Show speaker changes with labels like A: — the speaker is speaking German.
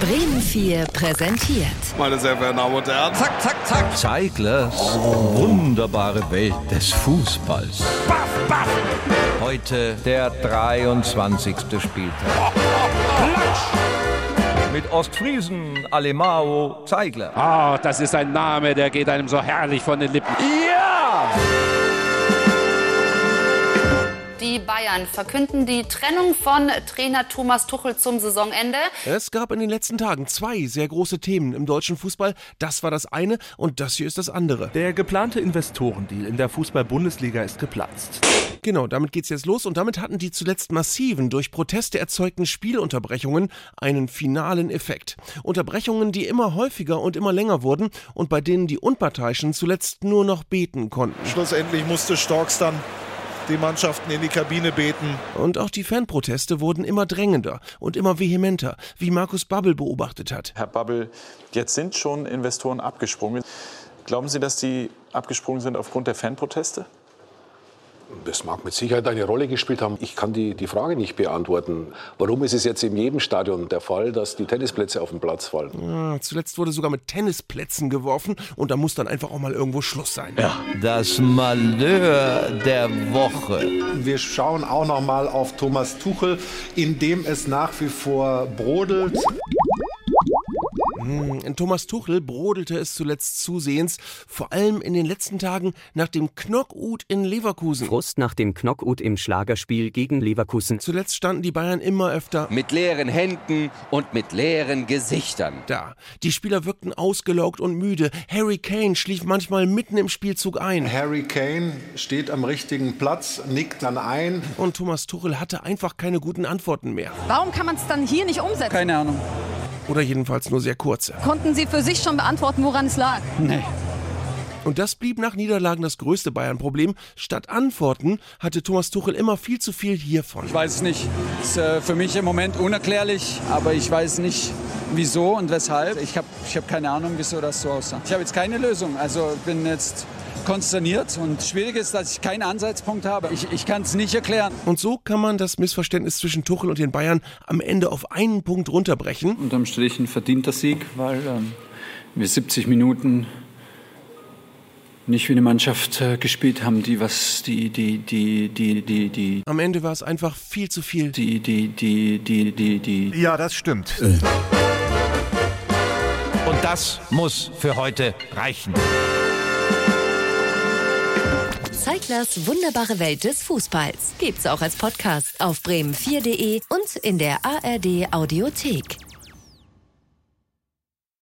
A: Bremen 4 präsentiert.
B: Meine sehr verehrten Damen und Herren, zack, zack, zack.
C: Zeiglers wunderbare Welt des Fußballs. Heute der 23. Spieltag. Mit Ostfriesen, Alemao, Zeigler.
D: Ah, das ist ein Name, der geht einem so herrlich von den Lippen.
E: Die Bayern verkünden die Trennung von Trainer Thomas Tuchel zum Saisonende.
F: Es gab in den letzten Tagen zwei sehr große Themen im deutschen Fußball. Das war das eine und das hier ist das andere.
G: Der geplante Investorendeal in der Fußball-Bundesliga ist geplatzt.
F: Genau, damit geht's jetzt los und damit hatten die zuletzt massiven, durch Proteste erzeugten Spielunterbrechungen einen finalen Effekt. Unterbrechungen, die immer häufiger und immer länger wurden und bei denen die Unparteiischen zuletzt nur noch beten konnten.
H: Schlussendlich musste Storks dann die Mannschaften in die Kabine beten.
F: Und auch die Fanproteste wurden immer drängender und immer vehementer, wie Markus Babbel beobachtet hat.
I: Herr Babbel, jetzt sind schon Investoren abgesprungen. Glauben Sie, dass die abgesprungen sind aufgrund der Fanproteste?
J: Das mag mit Sicherheit eine Rolle gespielt haben. Ich kann die, die Frage nicht beantworten. Warum ist es jetzt in jedem Stadion der Fall, dass die Tennisplätze auf den Platz fallen?
F: Ah, Zuletzt wurde sogar mit Tennisplätzen geworfen und da muss dann einfach auch mal irgendwo Schluss sein.
C: Das Malheur der Woche.
K: Wir schauen auch noch mal auf Thomas Tuchel, in dem es nach wie vor brodelt.
F: In Thomas Tuchel brodelte es zuletzt zusehends, vor allem in den letzten Tagen nach dem Knockout in Leverkusen.
L: Frust nach dem Knockout im Schlagerspiel gegen Leverkusen.
F: Zuletzt standen die Bayern immer öfter
M: mit leeren Händen und mit leeren Gesichtern.
F: da. Die Spieler wirkten ausgelaugt und müde. Harry Kane schlief manchmal mitten im Spielzug ein.
K: Harry Kane steht am richtigen Platz, nickt dann ein.
F: Und Thomas Tuchel hatte einfach keine guten Antworten mehr.
N: Warum kann man es dann hier nicht umsetzen? Keine Ahnung.
F: Oder jedenfalls nur sehr kurze.
N: Konnten Sie für sich schon beantworten, woran es lag?
F: Und das blieb nach Niederlagen das größte Bayern-Problem. Statt Antworten hatte Thomas Tuchel immer viel zu viel hiervon.
O: Ich weiß es nicht. Ist äh, für mich im Moment unerklärlich, aber ich weiß nicht, wieso und weshalb. Ich habe ich hab keine Ahnung, wieso das so aussah. Ich habe jetzt keine Lösung. Also bin jetzt konsterniert und schwierig ist, dass ich keinen Ansatzpunkt habe. Ich, ich kann es nicht erklären.
F: Und so kann man das Missverständnis zwischen Tuchel und den Bayern am Ende auf einen Punkt runterbrechen.
O: Unterm Strich ein verdienter Sieg, weil ähm, wir 70 Minuten nicht wie eine Mannschaft äh, gespielt haben, die was die die die die die die
F: Am Ende war es einfach viel zu viel.
O: die die die die die die
P: Ja, das stimmt.
C: Und das muss für heute reichen.
A: Zeiglers wunderbare Welt des Fußballs gibt's auch als Podcast auf bremen4.de und in der ARD Audiothek.